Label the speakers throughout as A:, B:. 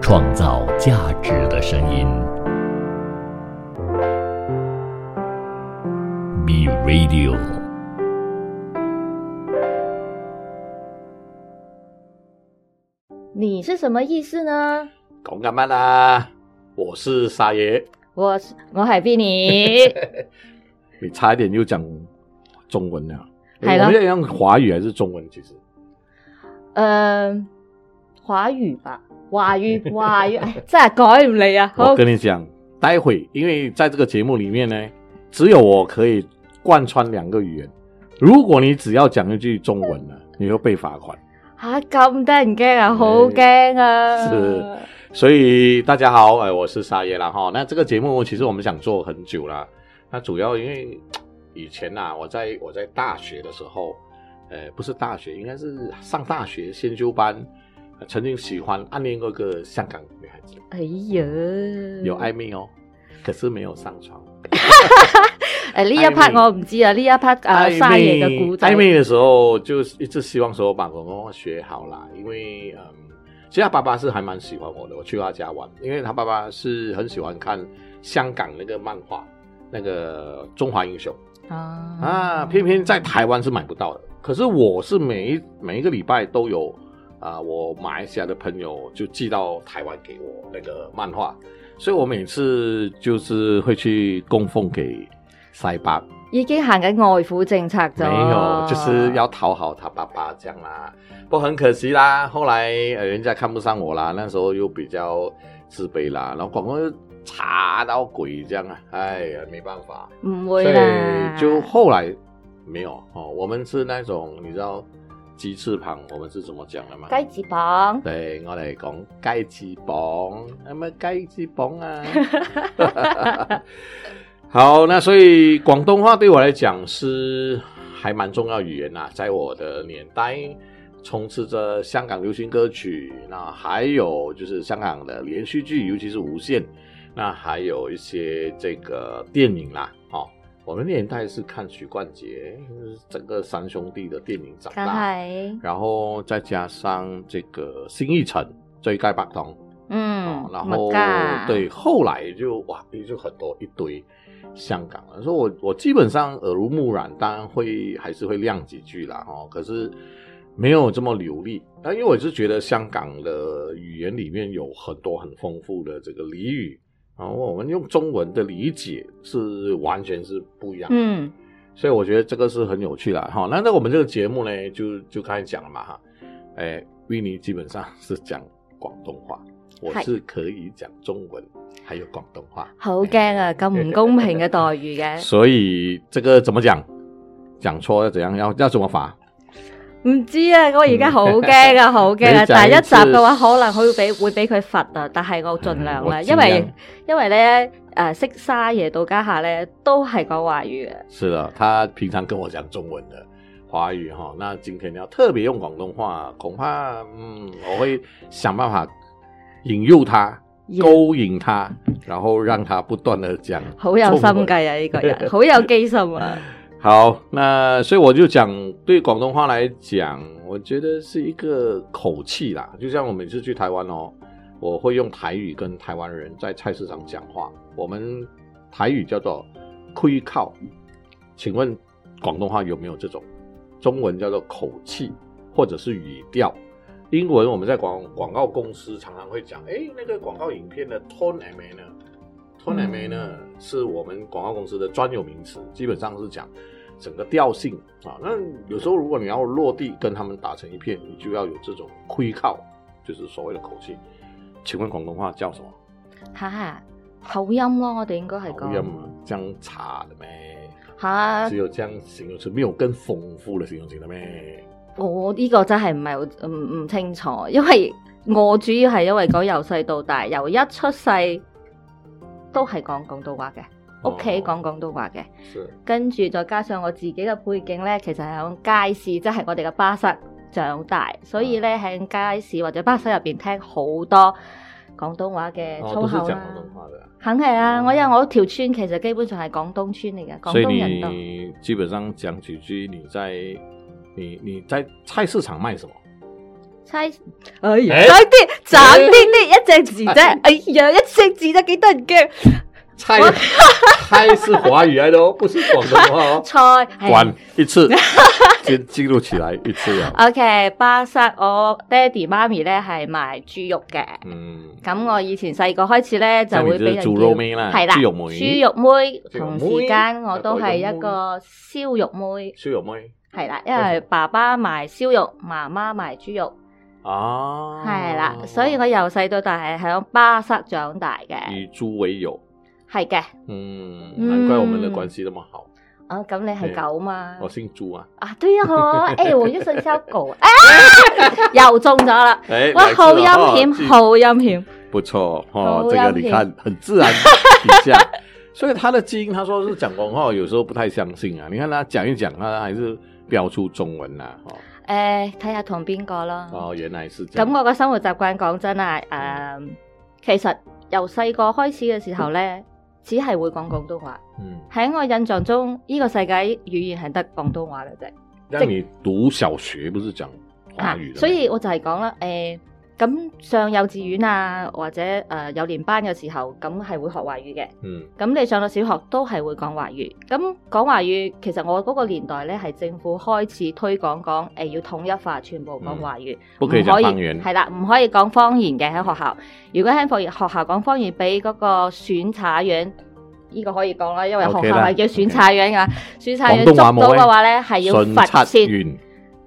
A: 创造价值的声音。B Radio。
B: 你是什么意思呢？
C: 講緊乜啊？我是沙爺，
B: 我是我係 b i
C: 你差一點又講中文了。
B: 係咯
C: 我們要用華語還是中文？其實
B: 嗯，華語吧，華語華語，哎，真係改唔嚟啊！好
C: 我，跟你講，待會因為在這個節目裏面呢，只有我可以貫穿兩個語言。如果你只要講一句中文呢，你會被罰款。
B: 吓咁得人驚啊，好驚啊！
C: 哎是所以大家好，哎，我是沙耶啦哈。那这个节目其实我们想做很久啦。那主要因为以前呐、啊，我在我在大学的时候，呃，不是大学，应该是上大学先修班，呃曾经喜欢暗恋过一个香港女孩子，
B: 哎呀，嗯
C: 有暧昧哦，可是没有上床。
B: 诶哎呢一 part
C: 暧昧
B: 我唔知啊，呢一 part 啊
C: 暧
B: 沙
C: 昧
B: 爺嘅故仔
C: 暧昧的时候，就一直希望说把广东话学好啦，因为嗯，其实他爸爸是还蛮喜欢我的，我去他家玩，因为他爸爸是很喜欢看香港那个漫画，那个《中华英雄》
B: 嗯
C: 啊，偏偏在台湾是买不到的。可是我是每一每一个礼拜都有啊、我马来西亚的朋友就寄到台湾给我那个漫画，所以我每次就是会去供奉给塞巴。
B: 已經行緊外父政策咗，
C: 没
B: 哦
C: 有，就是要讨好他爸爸这样啦。不过很可惜啦，后来呃人家看不上我啦，那时候又比较自卑啦，然后广告又差到鬼这样啊，哎呀没办法，
B: 唔
C: 所
B: 會
C: 以
B: 啦，
C: 就后来没有哦。我们是那种你知道鸡翅膀我们是怎么讲的吗？
B: 雞翅膀。
C: 对我哋讲鸡翅膀，有冇鸡翅膀啊？ 好，那所以广东话对我来讲是还蛮重要的语言呐、在我的年代，充斥着香港流行歌曲，那还有就是香港的连续剧，尤其是《无线》，那还有一些这个电影啦，哦。我们年代是看许冠杰，整个三兄弟的电影长
B: 梗
C: 大，
B: 係，
C: 然后再加上这个新一城追街白糖，
B: 嗯
C: 哦，然后
B: 物價，
C: 对，后来就哇，就很多一堆香港了。所以我我基本上耳濡目染，当然会还是会亮几句啦哦，可是没有这么流利。那因为我是觉得香港的语言里面有很多很丰富的这个俚语，然后我们用中文的理解是完全是不一样的。
B: 嗯，
C: 所以我觉得这个是很有趣啦。哈。那那我们这个节目呢，就就刚才讲了嘛哈，哎，维尼基本上是讲广东话，我
B: 嗨
C: 是可以讲中文，还有广东话，
B: 好驚 啊！咁唔公平嘅待遇嘅，
C: 所以这个怎么讲？讲错要怎样？要要怎么罚？
B: 唔知啊！我而家好驚啊，好驚 啊！
C: 你就
B: 第
C: 係
B: 一集嘅話，可能佢會俾會俾佢罰啊，但係我盡量啦，
C: 嗯
B: 因
C: 我盡
B: 為
C: 量
B: 因為咧誒識沙爺到家下咧都係講華語嘅，
C: 是的，他平常跟我讲中文的华语哈，那今天要特别用广东话，恐怕嗯，我会想办法引诱他。勾引他，然后让他不断的讲
B: 好有心
C: 中文
B: 計啊！呢個 人好有機心啊！
C: 好，那所以我就讲，对广东话来讲，我觉得是一个口气啦。就像我每次去台湾哦，我会用台语跟台湾人在菜市场讲话，我们台语叫做“亏靠”。请问广东话有没有这种？中文叫做口气或者是语调。英文我们在广广告公司常常会讲，诶，那个广告影片的 tone 啊 and manner，tone and manner 啊是我们广告公司的专有名词，基本上是讲整个调性啊。那有时候如果你要落地跟他们打成一片，你就要有这种亏靠，就是所谓的口气。请问广东话叫什么？
B: 嚇口音咯，我哋應該係
C: 口音
B: 講
C: 啊，这样差的咩？
B: 嚇
C: 只有这样形容词，没有更丰富的形容词的咩？
B: 我呢個真係唔係好唔唔清楚，因為我主要係因為講由細到大，由一出世都係講廣東話嘅，屋企
C: 哦
B: 講廣東話嘅，
C: 是
B: 跟住再加上我自己嘅背景呢，其實係響街市，即係我哋嘅巴塞長大，所
C: 啊
B: 以呢，喺街市或者巴塞入邊聽好多廣東話嘅
C: 哦，
B: 哎粗
C: 都是
B: 口
C: 讲
B: 啦
C: 广。东话的啊。
B: 肯係啊！
C: 嗯
B: 我因為我條村其實基本上係廣東村嚟嘅，廣
C: 所以
B: 東人多。
C: 你基本上讲几句你在你你在菜市场卖什么？
B: 猜，哎呀，
C: 哎
B: 爭啲爭啲啲一隻字啫，哎呀，一隻字啫，幾得人驚。
C: 菜 菜是华语来的哦，不是广东话 哦。
B: 菜係
C: 管一次， 记记录起来一 次啊。
B: OK，巴塞我爹哋媽咪咧係賣豬肉嘅，
C: 嗯，
B: 咁我以前細個開始咧就
C: 像
B: 會俾
C: 你就是
B: 人
C: 猪肉
B: 叫
C: 妹啦，
B: 係啦，
C: 猪肉妹，
B: 豬肉妹，
C: 豬肉
B: 同
C: 妹
B: 時間我都係
C: 又
B: 一個燒肉妹，
C: 猪肉妹
B: 係啦，因為爸爸賣燒肉，媽媽賣豬肉，
C: 啊，
B: 係啦，所以我由細到大係喺巴塞長大嘅，
C: 以猪为友。
B: 係嘅。
C: 嗯，
B: 嗯
C: 难怪我们的关系那么好。
B: 啊，咁你係狗嘛？
C: 我姓朱啊，
B: 啊，對呀， 我誒，我一身小狗， 啊，又中咗啦！
C: 哎，
B: 哇，
C: 来自
B: 好陰
C: 哦
B: 險，
C: 自
B: 好陰險，
C: 不错
B: 好
C: 哦，这
B: 了
C: 个
B: 解
C: 你看很自然一下。 所以他的基因，他说是讲广告，有时候不太相信啊。你看他讲一讲，他还是标出中文啦、
B: 誒，睇下同邊個
C: 哦，
B: 咯。
C: 哦，原来是这样。
B: 咁我個生活習慣講真啊，誒，其實由細個開始嘅時候咧，只係會講廣東話。
C: 嗯，
B: 喺我印象中，呢個世界語言係得廣東話嘅啫。
C: 让你读小学不是讲华
B: 啊
C: 语的、，
B: 所以我就係講啦，誒。咁上幼稚園啊，或者誒、幼年班嘅時候，咁係會學華語嘅。
C: 嗯
B: 咁你上到小學都係會講華語，咁講華語其實我嗰個年代咧係政府開始推廣講誒、要統一化，全部講華語，
C: 不可以講方言
B: 係啦，唔可以講方言嘅喺學校。如果喺學學校講方言，俾嗰個選察院，呢、個可以講啦，因為
C: OK
B: 學校
C: 啦
B: 係叫選察院 噶，選察院
C: 廣
B: 捉
C: 東
B: 到
C: 話冇
B: 嘅話咧係要
C: 巡
B: 罰
C: 察
B: 先
C: 員，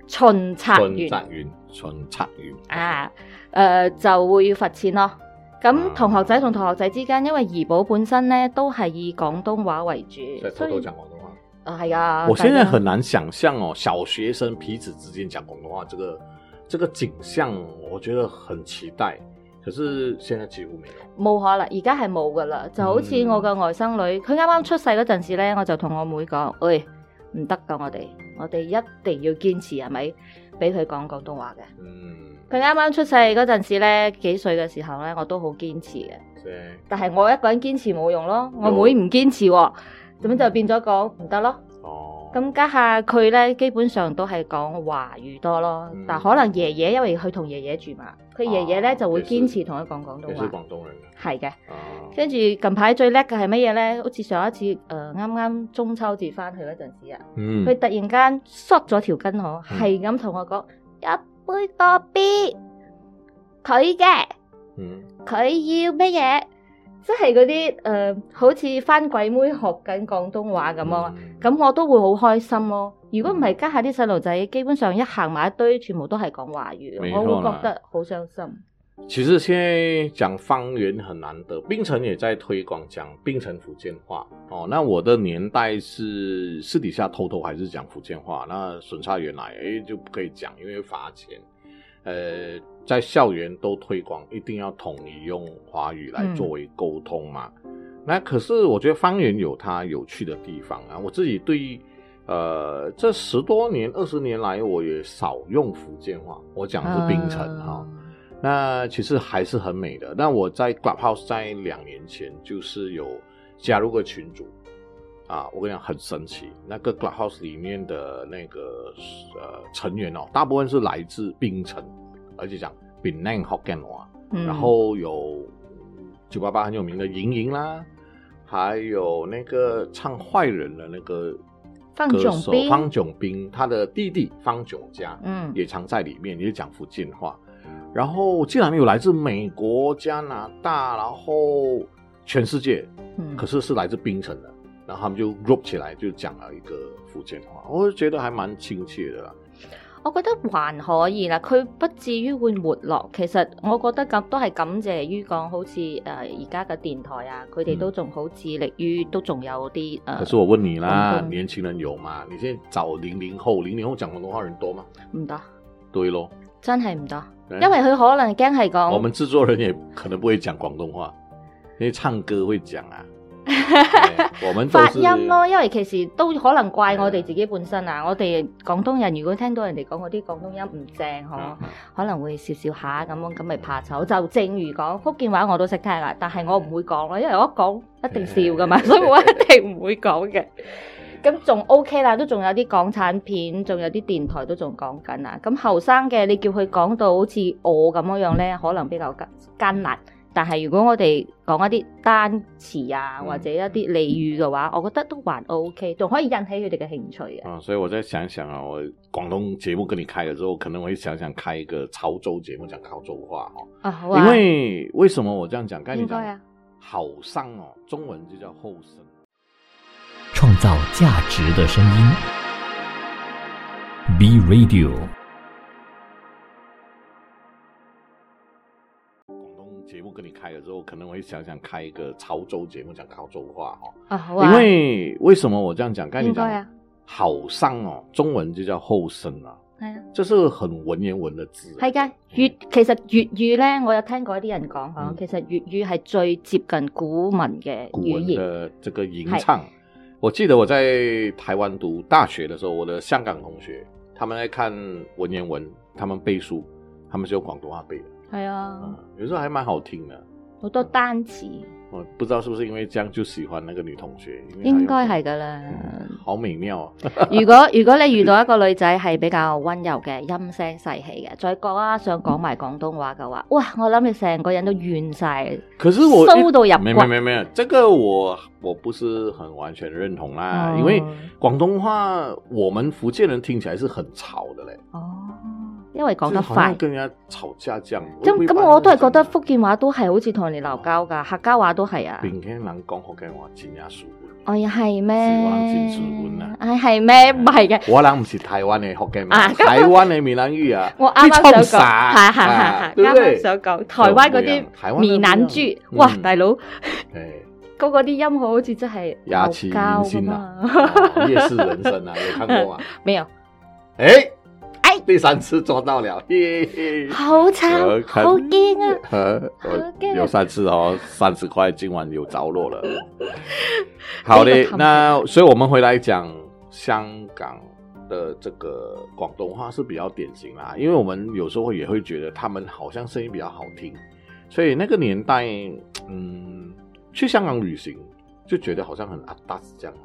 B: 巡察
C: 巡
B: 院。
C: 察員，巡察員，
B: 啊，誒、就會罰錢咯。
C: 啊
B: 咁同學仔同同學仔之間，因為怡保本身咧都係以廣東話為主，
C: 在偷偷讲广东话。
B: 啊係啊。
C: 我现在
B: 大家
C: 很难想象哦，小学生彼此之间讲广东话这个这个景象，我觉得很期待。可是现在几乎没有。
B: 冇可能，而家係冇噶啦。就好似
C: 嗯
B: 我嘅外甥女，佢啱啱出世嗰陣時咧，我就同我妹講：，喂，唔得噶，我哋我哋一定要堅持，係咪？俾佢講廣東話嘅。
C: 嗯，
B: 佢啱啱出世嗰陣時咧，幾歲嘅時候咧，我都好堅持嘅。
C: 对，
B: 但係我一個人堅持冇用咯，我
C: 哦
B: 妹唔堅持喎，咁就變咗講唔得咯。
C: 嗯哦，
B: 咁家下佢咧，基本上都係講華語多咯，
C: 嗯
B: 但可能爺爺因為佢同爺爺住嘛，佢爺爺咧就會堅持同佢講廣
C: 哦也
B: 東
C: 是
B: 話，
C: 广东人
B: 係嘅。
C: 啊，
B: 跟住近排最叻嘅係乜嘢咧？好似上一次誒啱啱中秋節翻去嗰陣時啊，
C: 嗯
B: 佢、，突然間縮咗條筋我，係咁同我講一杯個 B，佢嘅
C: 嗯，
B: 佢要乜嘢？即係嗰啲誒，好似翻鬼妹學緊廣東話咁啊咯。
C: 嗯
B: 咁我都會好開心咯。如果唔係家下啲細路仔，基本上一行埋一堆，全部都係講華
C: 沒
B: 語，
C: 錯啦
B: 我會覺得好傷心。
C: 其实现在讲方言很难得，槟城也在推广讲槟城福建话哦。那我的年代是私底下偷偷还是讲福建话，那损差原来哎就不可以讲，因为罚钱。呃，在校园都推广一定要统一用华语来
B: 嗯
C: 作为沟通嘛。那可是我觉得方言有它有趣的地方啊，我自己对于呃这十多年二十年来，我也少用福建话，我讲的是槟城哈、
B: 啊
C: 那其实还是很美的。那我在 Clubhouse 在两年前就是有加入个群组啊，我跟你讲很神奇，那个 Clubhouse 里面的那个呃成员哦，大部分是来自槟城，而且讲槟城福建话，
B: 嗯
C: 然后有九八八很有名的莹莹啦，还有那个唱坏人的那个
B: 方
C: 歌
B: 炯
C: 手
B: 斌
C: 方炯斌，他的弟弟方炯佳，
B: 嗯
C: 也常在里面，也讲福建话。然后竟然有来自美国、加拿大，然后全世界，
B: 嗯
C: 可是是来自槟城的，然后他们就 group 起来就讲了一个福建话，我就觉得还蛮亲切的啦。
B: 我覺得還可以啦，佢不至於會沒落。其實我覺得咁都係感謝於講好似誒而家嘅電台啊，佢哋
C: 嗯
B: 都仲好致力於，都仲有啲
C: 可
B: 誒
C: 是我问你
B: 嗯
C: 啦，
B: 嗯
C: 年轻人有吗？你现在找零零后，零零后讲广东话人多吗？
B: 唔得，
C: 对咯，
B: 真係唔得，
C: 哎
B: 因為佢可能驚係講
C: 我们制作人也可能不会讲广东话，因为唱歌会讲 啊。哎我们都
B: 發
C: 是
B: 音咯，因為其實都可能怪我哋自己本身啊。我哋廣東人如果聽到人哋講嗰啲廣東音唔正，嗬、
C: 嗯嗯
B: 可能會笑笑下咁樣，咁咪怕醜。就正如講福建話我都識聽啦，但係我唔會講咯，因為我一講一定笑噶嘛，所以我一定唔會講嘅。咁仲 OK 啦，都仲有啲港產片，仲有啲電台都仲講緊啊。咁後生嘅你叫佢講到好似我咁樣樣咧，可能比較艱艱難。但係如果我哋講一啲單詞啊，
C: 嗯
B: 或者一啲俚語嘅話，我覺得都還 OK，仲可以引起佢哋嘅興趣嘅。
C: 啊，所以我在想想啊，我广东节目跟你开了之后，可能我会想想开一个潮州节目讲潮州话哦。
B: 啊，好
C: 因
B: 啊，
C: 为为什么我这样讲？刚才
B: 應
C: 你
B: 該啊
C: 讲，好上哦，中文就叫后生。
A: 创造价值的声音。B Radio
C: 广东节目跟你开了之后，可能我会想想开一个潮州节目讲潮州话哦。
B: 啊，好啊，
C: 因为为什么我这样讲？刚才你
B: 應
C: 讲、
B: 該啊，
C: 好上哦，中文就叫后生啊，
B: 係啊。
C: 这是很文言文的字。啊嗯
B: 係㗎，粵其實粵語咧，我有聽過一啲人講講，
C: 嗯
B: 其實粵語係最接近古文嘅
C: 古
B: 語
C: 文
B: 言。
C: 的这个吟唱。我记得我在台湾读大学的时候，我的香港同学他们在看文言文，他们背书，他们是用广东话背的，
B: 係啊
C: 嗯，，有时候还蛮好听的。
B: 好
C: 嗯
B: 多單詞，
C: 我不知道是不是因為這樣就喜歡那個女同學，因為她有
B: 應該係㗎啦。
C: 好美妙啊！
B: 如果如果你遇到一個女仔係比較温柔嘅，陰聲細氣嘅，再講啊想講埋廣東話嘅話，哇！我諗你成個人都怨晒。
C: 可是我
B: 收到入
C: 沒
B: 骨
C: 有沒有沒有，這個我我不是很完全認同啦，
B: 哦
C: 因為廣東話我們福建人聽起來是很吵的嘞，
B: 哦，因為講
C: 就
B: 得
C: 好像
B: 快。
C: 跟人家吵架這樣。
B: 咁咁，我都係覺得福建話都係好似同人哋鬧交㗎，客家話都係啊。
C: 並且人講福建話真係舒服，
B: 哎呀，係咩？
C: 是話真是穩啊
B: 哎，係咩？唔係嘅。
C: 我人唔是台灣嘅福建話，
B: 啊
C: 台灣嘅閩南語啊，
B: 我啱啱
C: 你
B: 想
C: 衝啥
B: 講，係係係
C: 啊
B: 係，
C: 對不
B: 啱啱
C: 對？
B: 想講台灣嗰
C: 就唔一樣台
B: 啲
C: 灣都
B: 面腩
C: 一
B: 豬
C: 樣，
B: 哇，
C: 嗯
B: 大佬！
C: 哎
B: 嗰個啲音好似真係
C: 牙齒
B: 交㗎
C: 明 星啊，
B: 嘛，
C: 哦夜市人生啊，有 看过吗？
B: 沒有，
C: 哎、
B: 哎
C: 第三次做到了，嘿嘿。
B: 好
C: 我
B: 慘，
C: 看
B: 啊好驚啊！
C: 呃
B: 好啊
C: 我
B: 嘅
C: 有三次哦，三十块今晚有着落 了。好
B: 这
C: 嘞
B: 个，
C: 那所以我们回来讲香港的这个广东话是比较典型啦，因为我们有时候也会觉得他们好像声音比较好听，所以那个年代，嗯，去香港旅行就觉得好像很阿达斯这样，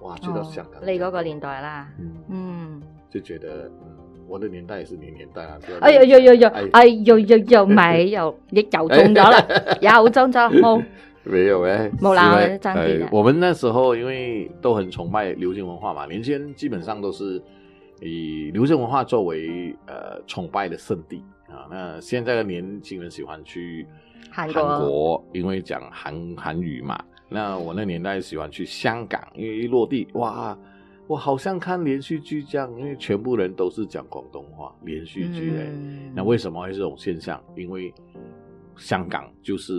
C: 哇，去到香港、
B: 哦你嗰個年代啦，
C: 嗯，
B: 嗯，
C: 就觉得嗯，我的年代也是你年代啊，不要
B: 哎呦呦呦呦
C: 哎，
B: 哎呦呦呦，咪 又亦又中咗啦，又中咗，冇
C: 没有哎、
B: 冇啦
C: 是因为
B: 我暂停了
C: 呃我们那时候因为都很崇拜流行文化嘛，年轻人基本上都是以流行文化作为呃崇拜的圣地啊。那现在的年轻人喜欢去
B: 韓
C: 韩
B: 國，
C: 国，因为讲韩韩语嘛。那我那年代喜欢去香港，因为一落地，哇，我好像看连续剧这样，因为全部人都是讲广东话，连续剧嘞。
B: 嗯
C: 那为什么会是这种现象？因为香港就是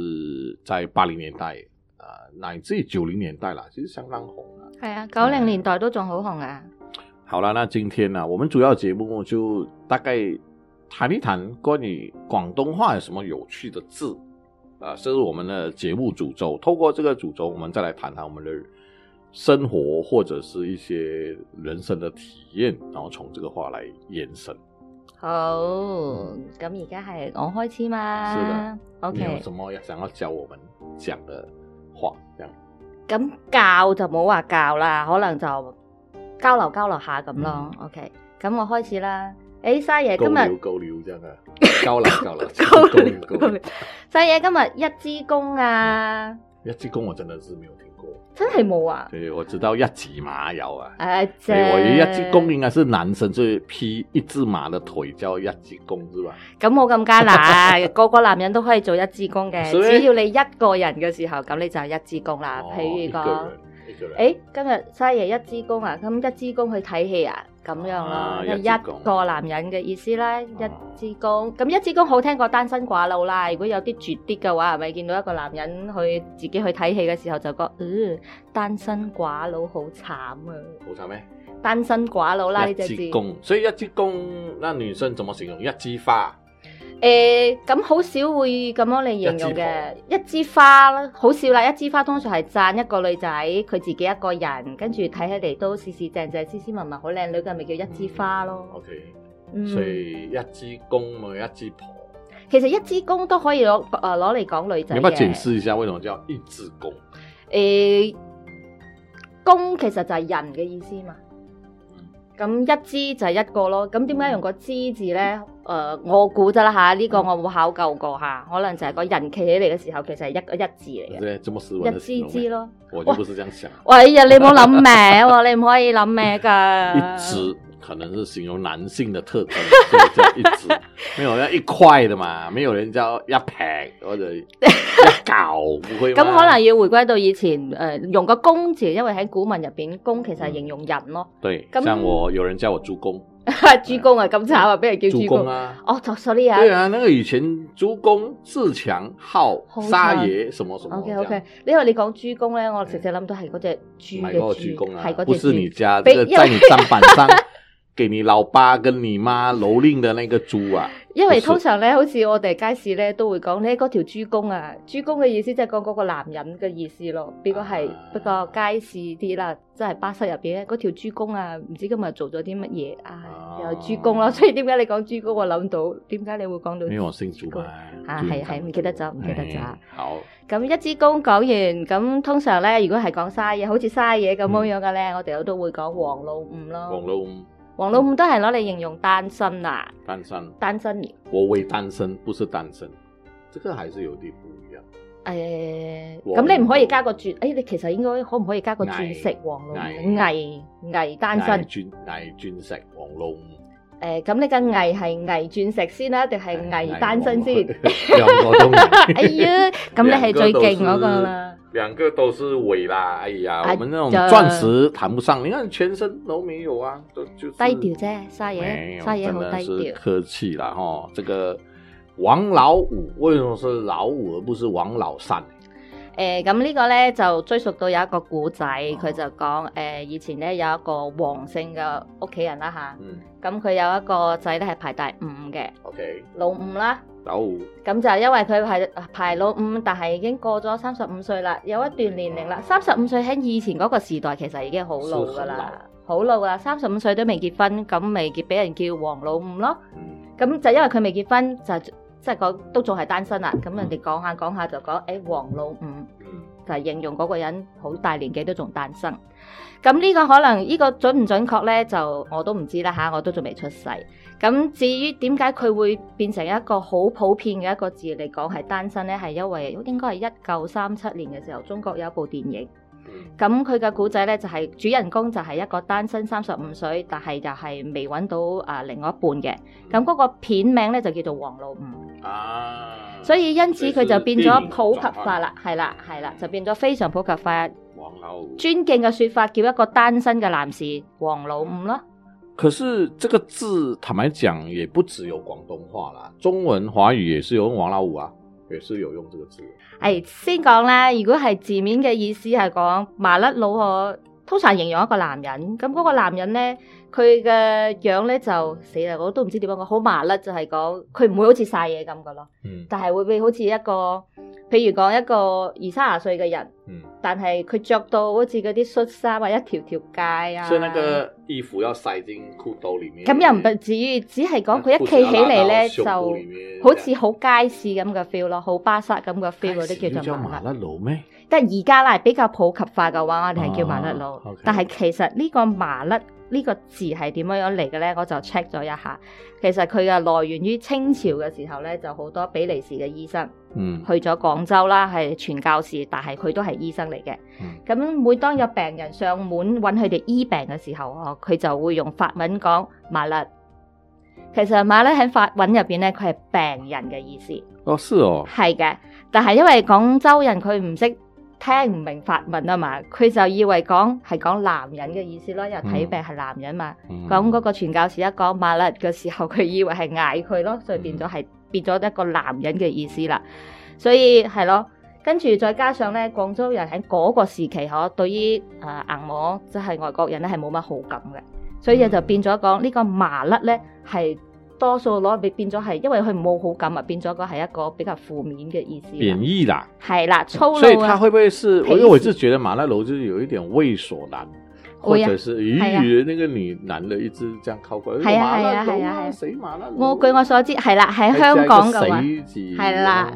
C: 在八零年代啊、呃乃至于九零年代啦，其实相当红啊。
B: 係啊，九零年代都仲好紅啊，
C: 好啦，那今天呢、我们主要节目就大概谈一谈关于广东话有什么有趣的字啊，这是我们的节目主轴。透过这个主轴，我们再来谈谈我们的生活或者是一些人生的体验，然后从这个话来延伸。
B: 好，咁而家係我開始
C: 是
B: 嘛
C: 的你有
B: ，OK，
C: 什么想要教我们讲的话？这样。
B: 咁教就冇話教啦，可能就交流交流下咁咯，OK，咁我開始啦，誒，沙爺
C: 嗯高
B: 今日
C: 流。高流这样啊， 高了高了
B: 高
C: 流
B: 高流細嘢今日一支公啊，
C: 一支公我真的是没有听过，
B: 真係冇啊！
C: 对，我知道一匹马有啊，
B: 誒
C: 所以
B: 啫，
C: 我以为一支公应该是男生，就是劈一只马的腿叫一支公是吧？
B: 咁冇咁艱 難，個個男人都可以做一支公嘅，
C: 所以
B: 只要你一個人嘅時候，咁你就一支公啦。
C: 哦
B: 譬如
C: 一个
B: 講，
C: 人一個人，
B: 誒今日西爺一支公啊，咁一支公去睇戲啊，咁樣咯
C: 啊，
B: 即係
C: 一支公
B: 一個男人嘅意思啦，一支公。咁一支公好聽過單身寡佬啦。如果有啲絕啲嘅話，係咪見到一個男人去自己去睇戲嘅時候就覺，嗯，單身寡佬好慘啊！
C: 好惨咩？
B: 單身寡佬啦呢
C: 一
B: 隻字
C: 支。公，所以一支公，那女生怎么形容？一枝花，
B: 誒咁好少會咁樣嚟形容嘅，一枝花啦，好少啦。一枝花通常係讚一個女仔，佢自己一個人，跟住睇起嚟都四四正正、斯斯文文、好靚女嘅，咪叫一枝花咯。
C: ，OK，
B: 嗯，
C: 所以一支公嘛，一支婆。
B: 其實一支公都可以攞誒攞嚟講女
C: 你
B: 仔
C: 要不要解
B: 嘅。
C: 释一下为什么叫一支公？
B: 誒公其實就係人嘅意思嘛。咁一支就係一個咯。咁點解用個支字咧？誒、呃，我估啫啦嚇，呢、個我冇考究過嚇，可能就係個人企起嚟嘅時候，其實係一個一字嚟
C: 對，这么斯文
B: 嘅，
C: 的
B: 一
C: 形
B: 支支
C: 容，
B: 咯。
C: 我就不是这样想。
B: 喂呀，你唔好 諗咩喎，你唔可以諗咩㗎。
C: 一只可能是形容男性的特征， 所以叫一只。没有要一块 的嘛，没有人叫一撇或者一嚿，不会
B: 咁
C: 吗
B: 可能要回歸到以前誒、呃用個公字，因為喺古文入邊，公其實係形容人咯。
C: 对，
B: 咁
C: 像我有人叫我猪公，
B: 豬公啊，咁慘啊，俾人叫
C: 猪
B: 豬
C: 嗯公
B: 公。
C: 啊，
B: 哦，就 sorry 啊。
C: 对啊，那个以前猪公自强号
B: 好
C: 沙
B: 慘
C: 爷什么什么
B: O K
C: 这
B: O
C: 样
B: K，因為你講豬公咧，我直接諗到係嗰只豬
C: 买
B: 嘅
C: 嗰個豬公啊
B: 係，
C: 不
B: 嗰
C: 是你
B: 只豬。
C: 家
B: 被
C: 这个
B: 因
C: 在
B: 为
C: 你砧板 上给你老爸跟你妈蹂躏的那个 猪啊，
B: 因為
C: 不是
B: 通常咧，好似我哋街市咧都會講咧嗰條豬公啊，豬公嘅意思即係講嗰個男人嘅意思咯。不過係
C: 啊
B: 不過街市啲啦，即係巴塞入邊咧嗰條豬公啊，唔知今日做咗啲乜嘢啊
C: 啊，
B: 又係豬公咯。 所以點解你講豬公，我諗到點解你會講到
C: 因为我姓猪
B: 豬公
C: 嘛，
B: 啊
C: 朱元
B: 係
C: 璋
B: 係唔記得咗唔記得咗
C: 哎好，
B: 咁一支公講完，咁通常咧，如果係講嘥嘢，好似嘥嘢咁樣樣嘅咧，我哋都會講黃老五
C: 黃
B: 咯。
C: 嗯老五
B: 黃老五都係攞嚟形容單身啊，
C: 单身，
B: 單身誒、
C: 我为单身不是单身，这个还是有啲不一样。
B: 呃咁你唔可以加個絕，誒、你其實應該可唔可以加個鑽石黃老五？
C: 偽
B: 偽偽單身
C: 嗌鑽嗌鑽石黃老五，
B: 誒，咁、你嘅偽係偽鑽石先啦，定
C: 哎
B: 係偽單哎身 先？
C: 兩個都偽
B: 哎呀，咁你係最勁嗰個啦。
C: 两个都是伪啦，哎呀，
B: 啊
C: 我们那种
B: 这
C: 钻石谈不上，你看全身都没有啊，都就是
B: 低調啫，嘥
C: 没
B: 嘢，
C: 有，
B: 嘥嘢
C: 真
B: 好
C: 的
B: 低
C: 是
B: 調。
C: 客气啦哈。这个王老五为什么是老五而不是王老三？
B: 誒咁呢個咧就追溯到有一個古仔，佢就講誒、以前咧有一個王姓嘅屋企人啦吓，
C: 嗯
B: 咁佢有一個仔咧係排第五嘅
C: ，OK，
B: 老五啦，
C: 老五
B: 咁就因為佢係排老五，但係已經過咗三十五歲啦，有一段年齡啦，三十五歲喺以前嗰個時代其實已經好老噶啦，好老噶啦，三十五歲都未結婚，咁未結俾人叫王老五咯。
C: 嗯
B: 咁就因為佢未結婚，就即係講都仲係單身啦。咁人哋講下講下就講，誒、王老五。
C: 嗯，
B: 就係形容嗰個人好大年紀都仲單身。咁呢個可能呢、個準唔準確呢？就我都唔知啦吓，我都仲未出世。咁至於點解佢會變成一個好普遍嘅一個字嚟講係單身呢？係因為應該係一九三七年嘅時候，中國有一部電影。
C: 嗯
B: 咁佢嘅古仔呢，就係、主人公就係一個單身三十五歲，但係又係未揾到啊、另外一半嘅。咁嗰個片名呢，就叫做《黃老五》。
C: 啊，
B: 所以因此佢就變咗普及化啦，
C: 所以
B: 係
C: 是
B: 啦，係啦，就變咗非常普及化。
C: 王老五
B: 尊敬嘅說法叫一個單身嘅男士黃老五咯。
C: 可是这个字，坦白讲，也不只有广东话啦，中文、华语也是有用王老五啊，也是有用这个字。
B: 係哎先講啦，如果係字面嘅意思係講麻甩佬我。通常形容一個男人，咁嗰個男人呢，佢嘅樣呢就死啦，我都唔知點樣講，好麻甩就係講佢唔會好似晒嘢咁噶咯，
C: 嗯
B: 但係會俾好似一個，譬如講一個二三十歲嘅人，
C: 嗯，
B: 但係佢着到好似嗰啲恤衫啊，一條條街啊，
C: 所以那個衣服要塞進褲兜裡面。啊
B: 咁又唔至於，只係講佢一
C: 褲
B: 企
C: 子要
B: 起嚟
C: 拉到
B: 咧，
C: 胸
B: 就
C: 部裡面
B: 好似好街市咁嘅 feel 咯，好巴薩咁嘅
C: 這樣
B: feel 嗰啲叫
C: 開始
B: 做
C: 就
B: 麻
C: 麻
B: 甩。
C: 甩佬咩？
B: 但係而家啦，比較普及化嘅話，我哋係叫
C: 哦
B: 麻甩佬。
C: OK
B: 但係其實呢個麻甩呢個字係點樣樣嚟嘅咧？我就 check 咗一下，其實佢嘅來源於清朝嘅時候咧，就好多比利時嘅醫生
C: 嗯
B: 去咗廣州啦，係傳教士，但係佢都係醫生嚟嘅。
C: 嗯
B: 咁每當有病人上門揾佢哋醫病嘅時候，哦，佢就會用法文講麻甩。其實麻甩喺法文入邊咧，佢係病人嘅意思，
C: 哦，是哦，
B: 係嘅。但係因為廣州人佢唔識聽唔明法文啊嘛，佢就以為講係講男人嘅意思咯，因為睇病係男人嘛。
C: 嗯
B: 咁嗰個傳教士一講馬勒嘅時候，佢以為係嗌佢咯，所以變咗
C: 嗯
B: 係變咗一個男人嘅意思啦。所以係咯，跟住再加上咧，廣州人喺嗰個時期嗬，對於誒硬摸即係外國人咧係冇乜好感嘅，所以就變咗講呢個麻甩咧係多數攞嚟變咗係，因為佢冇好感啊，變咗個係一個比較負面嘅意思
C: 贬
B: 啦。
C: 义啦。
B: 係啦，粗
C: 所以
B: 魯
C: 他
B: 啊，
C: 会不会是？
B: 陪
C: 因为我是
B: 死
C: 觉得麻辣楼就是有一点畏所难，或
B: 会啊
C: 者是鱼
B: 系啊
C: 鱼那个女男的一直这样靠过来，哎
B: 系啊
C: 麻
B: 系啊
C: 辣楼
B: 系啊系啊
C: 谁麻辣楼？
B: 我據我所知係啦，喺
C: 还加
B: 香
C: 一个
B: 港嘅話。
C: 谁字
B: 系啦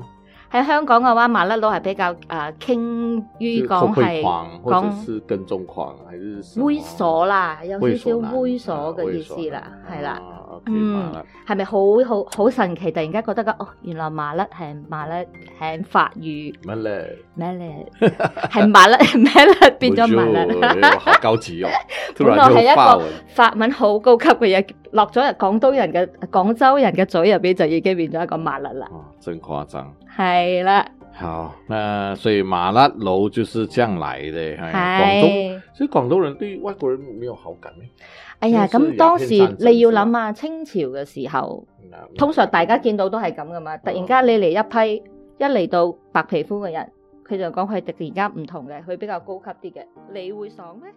B: 喺香港嘅話，麻甩佬係比較啊傾於
C: 就是
B: 講
C: 偷
B: 係
C: 窥狂，或者
B: 講
C: 是跟蹤狂，還是什么
B: 猥瑣啦，有少少
C: 啦
B: 猥瑣嘅意
C: 猥瑣
B: 思啦，係啦。
C: 啊，OK，
B: 嗯
C: 麻甩
B: 係咪好好好神奇？突然間覺得哦，原來麻甩係麻甩係法語
C: 麻甩，
B: 咩咧？係麻 甩咩咧？變咗麻
C: 我
B: 甩
C: 就。哎呦好高 級哦！突
B: 本
C: 然
B: 來
C: 就
B: 係一
C: 發文
B: 個，法文好高級嘅嘢，落咗入廣東人嘅廣州人嘅嘴入邊，就已經變咗一個麻甩啦。
C: 哦，真誇張。
B: 係啦，
C: 好，那所以麻辣樓就是這樣來的。哎，廣東，
B: 係。
C: 所以廣東人對外國人沒有好感咩？
B: 哎呀，
C: 都
B: 咁
C: 是
B: 當
C: 廿
B: 時
C: 天山
B: 你要
C: 鎮
B: 諗下清朝嘅時候，
C: 那
B: 通常大家見到都係咁噶嘛。突然間你嚟一批，一嚟到白皮膚嘅人，佢就講佢突然間唔同嘅，佢比較高級啲嘅，你會爽咩？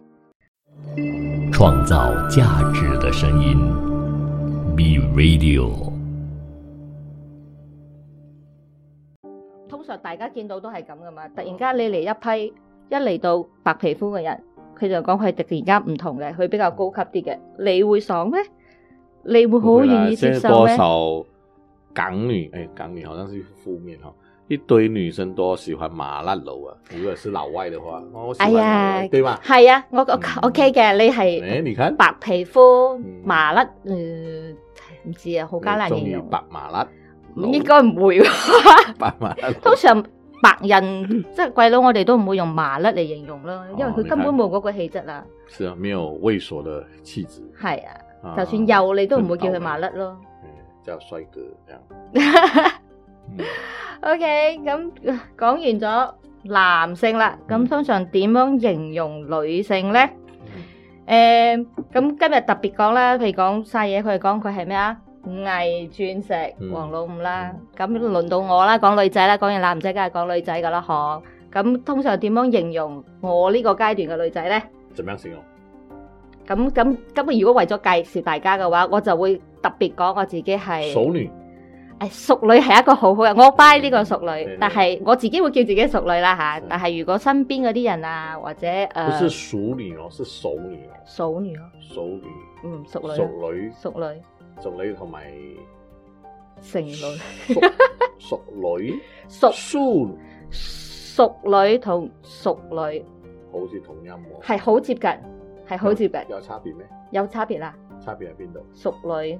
A: 创造价值的声音，B Radio。
B: 通常大家見到都係咁噶嘛。突然間你嚟一批，一嚟到白皮膚嘅人，佢就講佢突然間唔同嘅，佢比較高級啲嘅，你會爽咩？你會好
C: 會啦
B: 願意接
C: 現啊在
B: 受
C: 多
B: 咩？
C: 少港女？哎，港女好像是負面哈、哦。一堆女生都喜歡麻辣樓啊，如果是老外的話，哦我喜
B: 哎
C: 歡老外，
B: 呀
C: 對吧？
B: 係啊，我我
C: 嗯
B: OK 嘅，你係。
C: 哎，你看，
B: 白皮膚
C: 嗯
B: 麻甩，誒唔知啊，好艱難
C: 你
B: 形
C: 中意
B: 容。
C: 白麻辣
B: 唔
C: 佬，
B: 應該唔會喎。
C: 白麻辣佬
B: 通常白人即係鬼佬，我哋都唔會用麻甩嚟形容啦，因為
C: 哦
B: 佢根本
C: 你睇
B: 冇嗰個氣質啦。
C: 是啊，沒有猥瑣的氣質，
B: 係啊，
C: 啊
B: 就算有你都唔會叫佢
C: 真倒霉
B: 麻甩咯。
C: 嗯叫帥哥這 樣。嗯
B: OK，咁呃講完咗男性啦，咁
C: 嗯
B: 通常點樣形容女性呢？
C: 嗯
B: 誒，咁今日特別講啦，譬如講晒嘢，佢係講佢係咩啊？偽鑽石
C: 嗯
B: 黃老五啦
C: 嗯，
B: 咁輪到我啦，講女仔啦，講完男仔梗係講女仔噶啦，嗬。咁通常點樣形容我呢個階段嘅女仔咧？
C: 怎麼樣形容？
B: 咁咁咁，如果為咗介紹大家嘅話，我就會特別講我自己係
C: 熟女，
B: 誒淑女係一個好好嘅，我 buy 呢個淑
C: 嗯
B: 女
C: 嗯，
B: 但係我自己會叫自己淑女啦嚇
C: 嗯。
B: 但係如果身邊嗰啲人啊，或者
C: 不
B: 誒
C: 是熟女哦，是熟女哦，
B: 淑女咯，
C: 熟女，
B: 嗯淑女咯，
C: 熟女，
B: 淑女
C: 熟女同埋
B: 成女。
C: 熟熟女，
B: 淑
C: 淑
B: 淑女同淑女
C: 好似同音喎，
B: 係好接近，係好接近，
C: 有差別咩？
B: 有差別啦。
C: 差別喺邊度？
B: 淑女，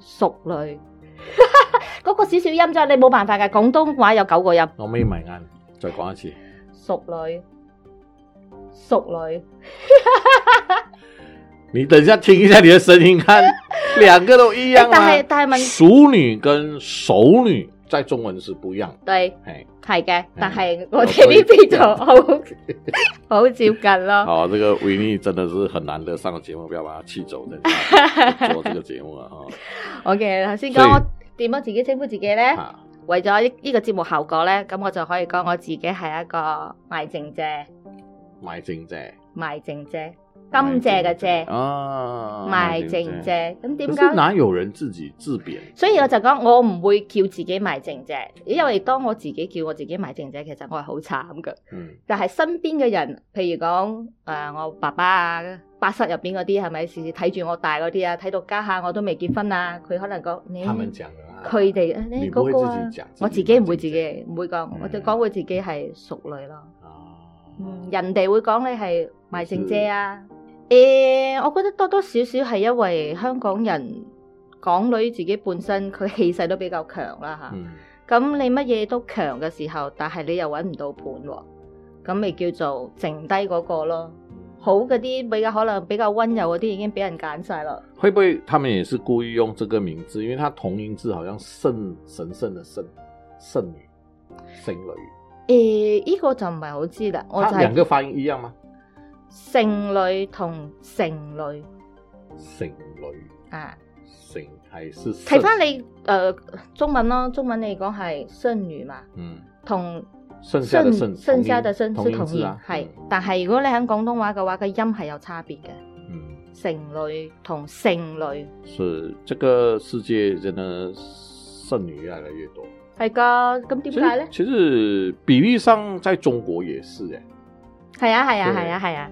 B: 淑女， 嗰個少少音啫，你冇辦法㗎。廣東話有九個音，
C: 我眯埋眼，再講一次，
B: 淑女，淑女，
C: 你等一下聽一下你的 聲音，看兩個都一樣啊
B: 但係
C: 嗎？
B: 但係問
C: 熟女跟熟女在中文是不一樣，
B: 對
C: 哎，
B: 係嘅，但係我
C: 我
B: 哋呢邊就
C: 我
B: 好好接近咯。
C: 嗯好，这個維尼真的是很難得上個節目，不要把他氣走，等一 下做這個節目啊，哈
B: OK，頭先
C: 所以
B: 講我點樣自己稱呼自己咧？
C: 啊。
B: 為咗呢個節目效果咧，咁我就可以講我自己係一個賣剩姐。
C: 賣剩姐，
B: 賣剩姐，甘蔗嘅
C: 姐
B: 蔗，
C: 啊，
B: 賣剩。姐。咁點
C: 可是
B: 解？
C: 哪有人自己自貶？
B: 所以我就講，我唔會叫自己賣剩姐，因為當我自己叫我自己賣剩姐，其實我係好慘嘅。
C: 嗯，
B: 但係身邊嘅人，譬如講誒、呃我爸爸啊，八室入邊嗰啲係咪時時睇住我大嗰啲啊？睇到家下我都未結婚啊，佢可能講你
C: 他們講的啊，
B: 佢哋啊
C: 你
B: 你
C: 不
B: 嗰
C: 會
B: 個啊
C: 自己講，
B: 我自己唔會自己唔會講
C: 嗯，
B: 我就講會自己係淑女咯。嗯，
C: 啊，
B: 人哋會講你係賣剩姐啊。
C: 嗯
B: 誒、我覺得多多少少係因為香港人港女自己本身佢氣勢都比較強啦嚇。
C: 嗯，
B: 咁、你乜嘢都強嘅時候，但係你又揾唔到伴喎、咁咪叫做剩低嗰個咯。好嗰啲比較可能比較温柔嗰啲已經俾人揀晒啦。
C: 會不會他們也是故意用這個名字？因為它同音字好像聖神聖的聖，聖女，聖女，
B: 誒、依、個就唔係好知啦，我就
C: 它兩
B: 係
C: 個發音一樣嗎？
B: 剩女同剩女
C: 聖女，
B: 啊。
C: 聖還是聖
B: 睇翻，你誒、呃中文咯，中文你講係剩女嘛，
C: 嗯，
B: 同。
C: 剩下的
B: 剩
C: 剩，
B: 剩下的剩
C: 啊同
B: 是
C: 音
B: 同
C: 字
B: 義，
C: 啊，
B: 係。但係如果你喺廣東話嘅話，個音係有差別嘅，
C: 嗯。
B: 剩女同剩女
C: 是这个世界真的剩女越来越多。
B: 係噶。咁點解咧？
C: 其实其实比例上在中国也是哎、
B: 係啊係啊
C: 對
B: 係啊係啊。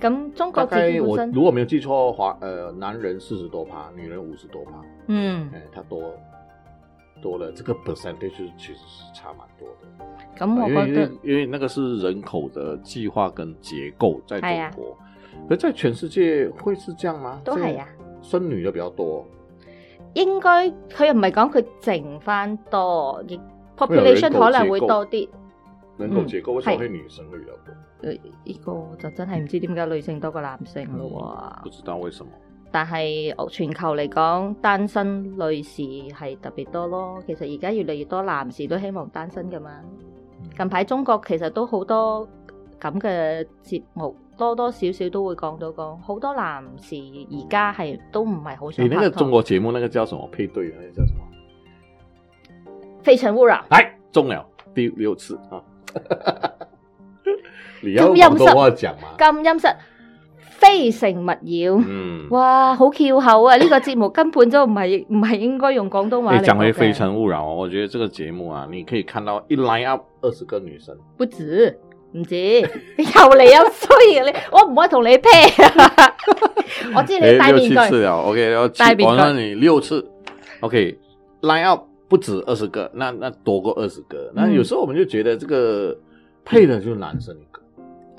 B: 咁中
C: 大
B: 國自己
C: 概
B: 本
C: 我
B: 身，
C: 如果没有记错，华呃男人四十多趴，女人五十多趴，
B: 嗯
C: 哎、他多多了，这个 percentage 其实是差蛮多的。
B: 咁嗯我
C: 啊
B: 覺
C: 因为因
B: 得
C: 为因为那个是人口的计划跟结构在
B: 哎呀
C: 中国，可在全世界会是这样吗？
B: 都係啊，
C: 生女的比较多，
B: 應該佢又唔係講佢剩翻多，亦
C: 有人
B: population
C: 口
B: 可能會
C: 結構
B: 多啲。
C: 人口结构
B: 嗯
C: 为什么
B: 是
C: 会女生会比较多？
B: 誒呢個就真係唔知點解女性多過男性咯
C: 不
B: 喎。
C: 知道为什么。
B: 但係呃全球嚟講，單身女士係特別多咯。其實而家越嚟越多男士都希望單身噶嘛。
C: 嗯
B: 近排中國其實都好多咁嘅節目，多多少少都會講到講，好多男士而家係都唔係好想
C: 你
B: 拍
C: 那个
B: 拖
C: 中国节目那个叫什么配对？那个叫什么？
B: 非誠勿擾
C: 来中了第六次啊！ 你要
B: 这
C: 用
B: 么样
C: 广东话讲吗？
B: 咁陰室，非誠勿擾。
C: 嗯，
B: 哇，好翹口啊！呢、個節目根本就唔係唔係應該用廣東話
C: 哎，
B: 嚟
C: 讲回《
B: 嘅
C: 非诚勿扰》哦，我觉得这个节目啊，你可以看到一 line up 二十个女生，
B: 不止，唔止， 又嚟又衰啊！你我唔可以同你 pair 啊！ 我知你戴
C: 哎六
B: 面
C: 七次
B: 具，
C: 了，OK，然后七
B: 戴，面
C: 我
B: 具
C: 让你六次，OK，line up 不止二十个，那那多过二十个，那
B: 嗯
C: 有时候我们就觉得这个配的就是男生一个，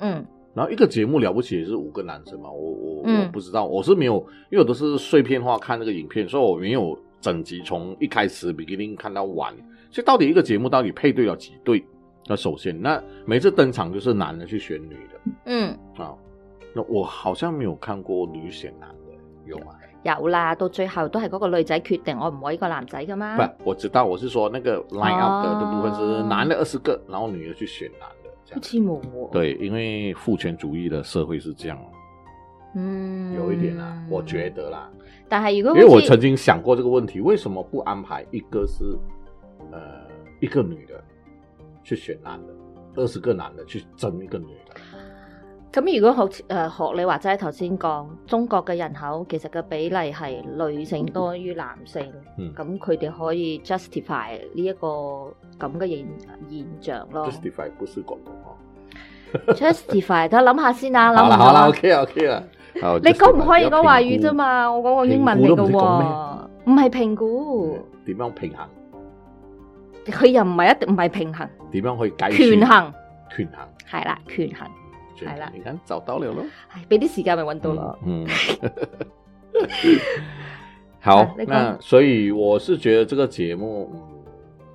B: 嗯
C: 然后一个节目了不起也是五个男生嘛，我我
B: 嗯
C: 我不知道，我是没有，因为我都是碎片化看那个影片，所以我没有整集从一开始 beginning 看到完。所以到底一个节目到底配对了几对？那首先，那每次登场就是男的去选女
B: 嗯，
C: 的啊，那我好像没有看过女选男的，有吗？
B: 有啦，到最後都係嗰個女仔決定，我唔可以個男仔噶嘛。
C: 不，我知道，我是说那个 line up 的
B: 啊哦
C: 的部分是男的二十个，然后女的去选男的这
B: 好
C: 样。
B: 似冇喎，
C: 对，因为父权主义的社会是这样，
B: 嗯，
C: 有一点啦，我觉。得啦。
B: 但係如果
C: 因为
B: 好
C: 我
B: 似
C: 曾经想过这个问题，为什么不安排一个是呃一个女的去选男的，二十个男的去争一个女的？
B: 咁如果學誒、呃、學你話齋頭先講，中國嘅人口其實嘅比例係女性多於男性，
C: 嗯
B: 咁佢哋可以 justify 呢、一個咁嘅現現象咯。
C: justify 不是广东话。
B: justify，等我諗下先啊，諗
C: 好
B: 唔到
C: 啦好啦
B: 啊。
C: ，OK 啊 OK 啦。好
B: 你講唔
C: justify，
B: 可以
C: 要
B: 講華
C: 評
B: 語
C: 估
B: 啫？嘛？我講個英文嚟
C: 評估都
B: 嘅
C: 唔識
B: 喎
C: 講，
B: 唔係評估，
C: 嗯点样平衡？
B: 佢又唔係一定唔係平衡，
C: 点样去解決
B: 權？衡
C: 权衡，
B: 係啦，權衡
C: 權
B: 係啦
C: 衡你看找到了咯。
B: 係俾啲時間咪揾到啦。
C: 嗯。好
B: 啊，那个
C: 那所以我是觉得这个节目，嗯，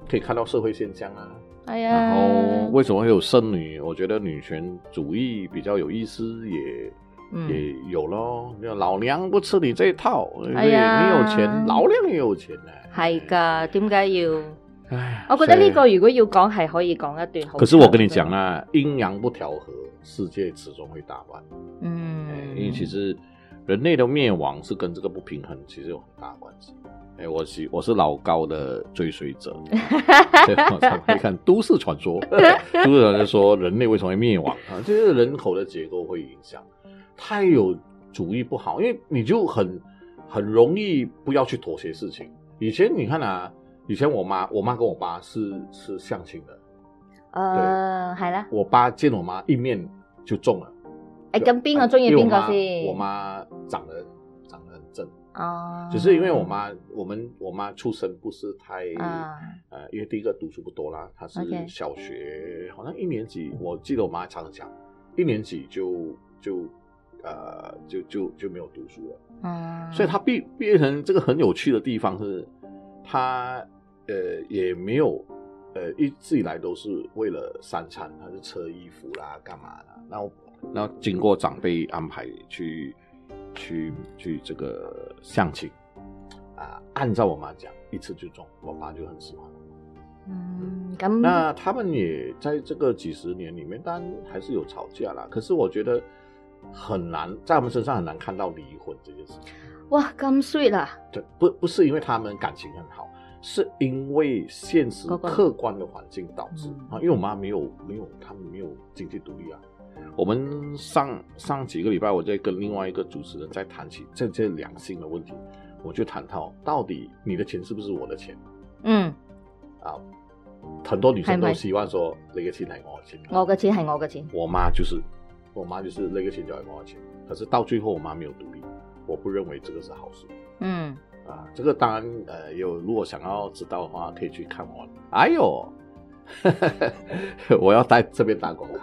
C: 可以看到社会现象啊，
B: 係
C: 然
B: 啊，
C: 后为什么会有剩女？我觉得女权主义比较有意思，也、
B: 嗯，
C: 也有咯。那老娘不吃你这一套，
B: 哎
C: 对
B: 呀
C: 你有钱，老娘也有钱呢、
B: 係㗎，點解要？
C: 唉，
B: 我覺得呢
C: 所
B: 個如果要講係可以講一段好。
C: 以。可是我跟你講，啦，阴阳不调和，世界始终会大乱。
B: 嗯，
C: 哎因为其实人类的灭亡是跟这个不平衡其实有很大关系。哎，我是我是老高的追随者，所以我常会看都市传说， 都市传说说人类为什么会灭亡啊？就是人口的结构会影响，太有主意不好，因为你就很很容易不要去妥协事情。以前你看啊，以前我妈我妈跟我爸是是相亲的，
B: 誒係啦，
C: 我爸见我妈一面就中了。
B: 誒咁邊個中意
C: 啊因为我
B: 邊個
C: 妈
B: 先？
C: 我媽长得长得很正，
B: 哦，
C: 只是因为我媽我们我媽出身不是太、
B: 啊，
C: 呃，因为第一个读书不多啦，她是
B: OK
C: 小学好像一年级，我记得我妈常常讲，一年级就就呃就就就没有读书了，
B: 嗯
C: 所以她变变成这个很有趣的地方是，她呃也没有。呃，一直以来都是为了三餐，她是车衣服啦，干嘛啦？然后，然后经过长辈安排去去去这个相亲，啊、按照我妈讲，一次就中，我妈就很喜欢。
B: 嗯咁
C: 那他们也在这个几十年里面，当然还是有吵架啦。可是我觉得很难，在我们身上很难看到离婚这件事情。
B: 哇咁 sweet 啊！
C: 对，不不是因为他们感情很好，是因为现实
B: 各个
C: 客观的环境导致
B: 嗯
C: 啊。因为我妈没有没有，他们没有经济独立啊。我们上上几个礼拜，我在跟另外一个主持人在谈起这这两性的问题，我就谈到到底你的钱是不是我的钱。
B: 嗯，
C: 啊，很多女生
B: 係
C: 都
B: 咪
C: 希望說你嘅錢係我嘅錢，
B: 我嘅錢係我嘅錢，
C: 我媽就是，我媽就是那個錢就係我嘅錢，可是到最後我媽沒有獨立，我不認為這個是好事。
B: 嗯
C: 啊，这个当然呃有，如果想要知道的话，可以去看我。哎呦， 我要在这边打广告。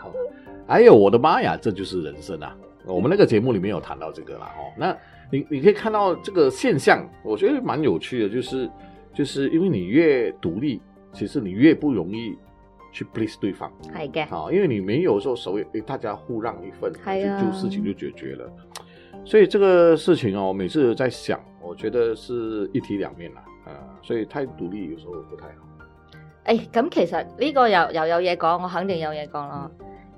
C: 哎呦，我的妈呀，这就是人生啊！我们那个节目里面有谈到这个啦哦。那你你可以看到这个现象，我觉得蛮有趣的，就是就是因为你越独立，其实你越不容易去 please 对方。
B: 係嘅，
C: 好，因为你们有时候手也，诶大家互让一份，
B: 哎呀
C: 就就事情就解决了。所以这个事情哦，每次在想，我觉得是一体两面啦，呃，所以太独立有时候不太好。
B: 誒咁其實呢個又又有嘢講，我肯定有嘢講咯。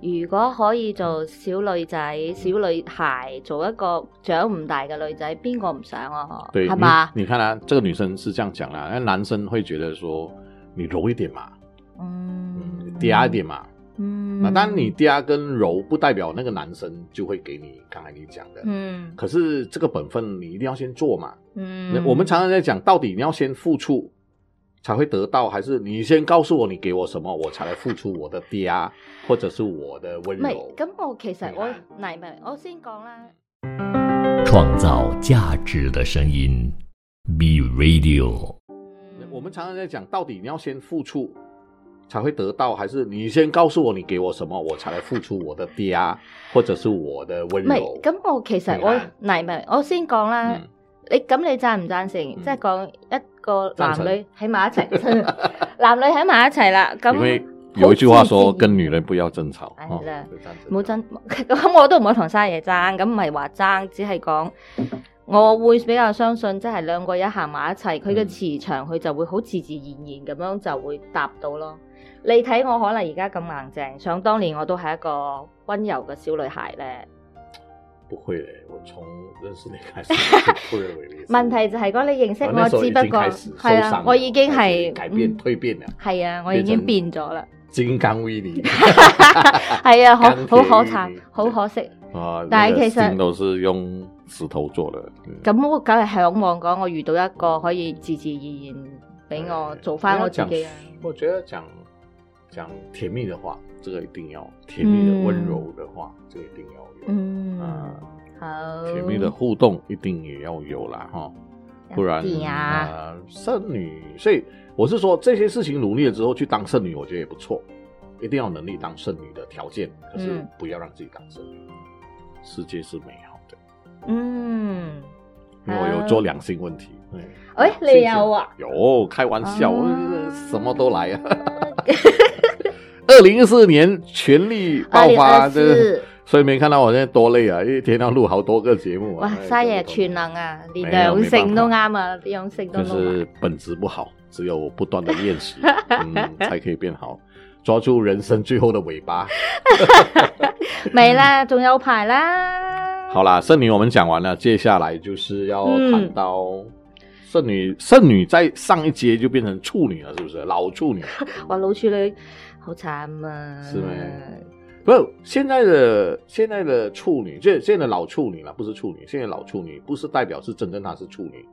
B: 如果可以做小女仔、小女孩，做一個長唔大嘅女仔，邊個唔想啊？
C: 对，
B: 係嘛？
C: 你？你看啊，这个女生是这样讲啦，那男生会觉得说你柔一点嘛，嗯，
B: 嗯，
C: 嗲一點嘛。
B: 嗯，
C: 那当然，你嗲跟柔不代表那个男生就会给你刚才你讲的。
B: 嗯
C: 可是这个本分你一定要先做嘛。那
B: 嗯，
C: 我们常常在讲，到底你要先付出才会得到，还是你先告诉我你给我什么，我才来付出我的嗲或者是我的温
B: 唔
C: 柔
B: 係？咁，我其實我
C: 明
B: 嗱咪，我先講啦。
A: 创造价值的声音，B Radio。
B: 嗯
C: 我们常常在讲，到底你要先付出才会得到，还是你先告诉我你给我什么，我才来付出我的嗲或者是我的温
B: 唔
C: 柔
B: 係？咁，我其實我
C: 明
B: 嗱咪，我先講啦。
C: 啊嗯
B: 你咁你贊唔贊成？即係講一個
C: 贊
B: 男
C: 成
B: 女喺埋一齊， 男女喺埋一齊啦。咁
C: 因为有一句话说，
B: 好自然
C: 跟女人不要争吵。
B: 哎
C: 哦
B: 啦
C: 就这样子
B: 冇爭，咁我都唔會同沙爺爭，咁唔係話爭，只係講我會比較相信，即係兩個一行埋一齊，佢嘅
C: 嗯
B: 磁場佢就會好自自然然咁樣就會搭到咯。你睇我可能而家咁硬淨，想當年我都係一個温柔嘅小女孩咧。
C: 不会嘞，我从认识你开始就不认 为你是。
B: 問題就係講你認識
C: 我啊那
B: 我，
C: 时候
B: 只
C: 已
B: 不
C: 经
B: 過
C: 开始受
B: 係
C: 伤
B: 啊
C: 了，
B: 我已經係
C: 开始改變
B: 嗯
C: 蜕變了，
B: 係啊，我已經變咗啦。
C: 金剛 威力
B: 係啊，好
C: 鋼鐵
B: 好可
C: 女
B: 慘，好可惜。
C: 啊！
B: 但
C: 那
B: 係
C: 個
B: 其實
C: 心都是用石頭做的。嗯
B: 咁我梗係向往講，我遇到一個可以自自然然俾我做翻我自己啊。
C: 我觉得讲讲甜蜜的话，这个一定要甜蜜的
B: 嗯
C: 温柔的话，这个一定要有。
B: 嗯，
C: 啊，
B: 好。
C: 甜蜜的互动一定也要有啦，哈。不然
B: 一定啊，
C: 呃，剩女，所以我是说这些事情努力了之后去当剩女，我觉得也不错，一定要有能力当剩女的条件，可是
B: 嗯
C: 不要让自己当剩女。世界是美好的，
B: 嗯，
C: 因为我有做良性问题。嗯
B: 啊哎
C: 良性
B: 你有啊
C: 有开玩笑，
B: 啊
C: 呃什么 都来啊。二零一四年全力爆
B: 二零
C: 发，
B: 二
C: 这个
B: 四，
C: 所以没看到我现在多累啊，一天要录好多个节目啊。
B: 哇，
C: 哎
B: 沙
C: 真
B: 爺
C: 的不
B: 全
C: 容易
B: 能啊，連
C: 沒有
B: 兩性都
C: 沒辦
B: 啱啊，兩性都啱
C: 就是
B: 啊。
C: 本质不好，只有不断的练习，嗯，才可以变好，抓住人生最后的尾巴。
B: 未 啦，仲有排啦。
C: 好啦，剩女我们讲完了，接下来就是要谈到剩女，剩女在上一阶就变成处女了，是不是？老处女，
B: 哇，老處女好慘啊。
C: 是咩不是现在的现在的处女，这现在的老处女了，不是处女，现在老处女不是代表是真正她是处女，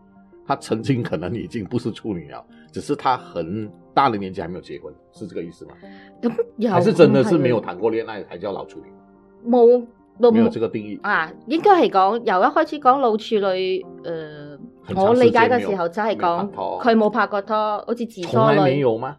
C: 她曾经可能已经不是处女了，只是她很大的年纪还没有结婚，是这个意思吗？
B: 咁又
C: 还是真的
B: 唔
C: 是
B: 係
C: 没有谈过恋爱才叫老处女？
B: 冇都
C: 没有
B: 冇
C: 这个定义，
B: 啊，應該係講由一開始講老處女，誒，
C: 很長
B: 我理解嘅
C: 時間
B: 時候就
C: 沒
B: 係
C: 有沒
B: 講
C: 拍拖
B: 佢冇拍過拖，好似自
C: 從來
B: 梳
C: 沒
B: 女。
C: 有吗？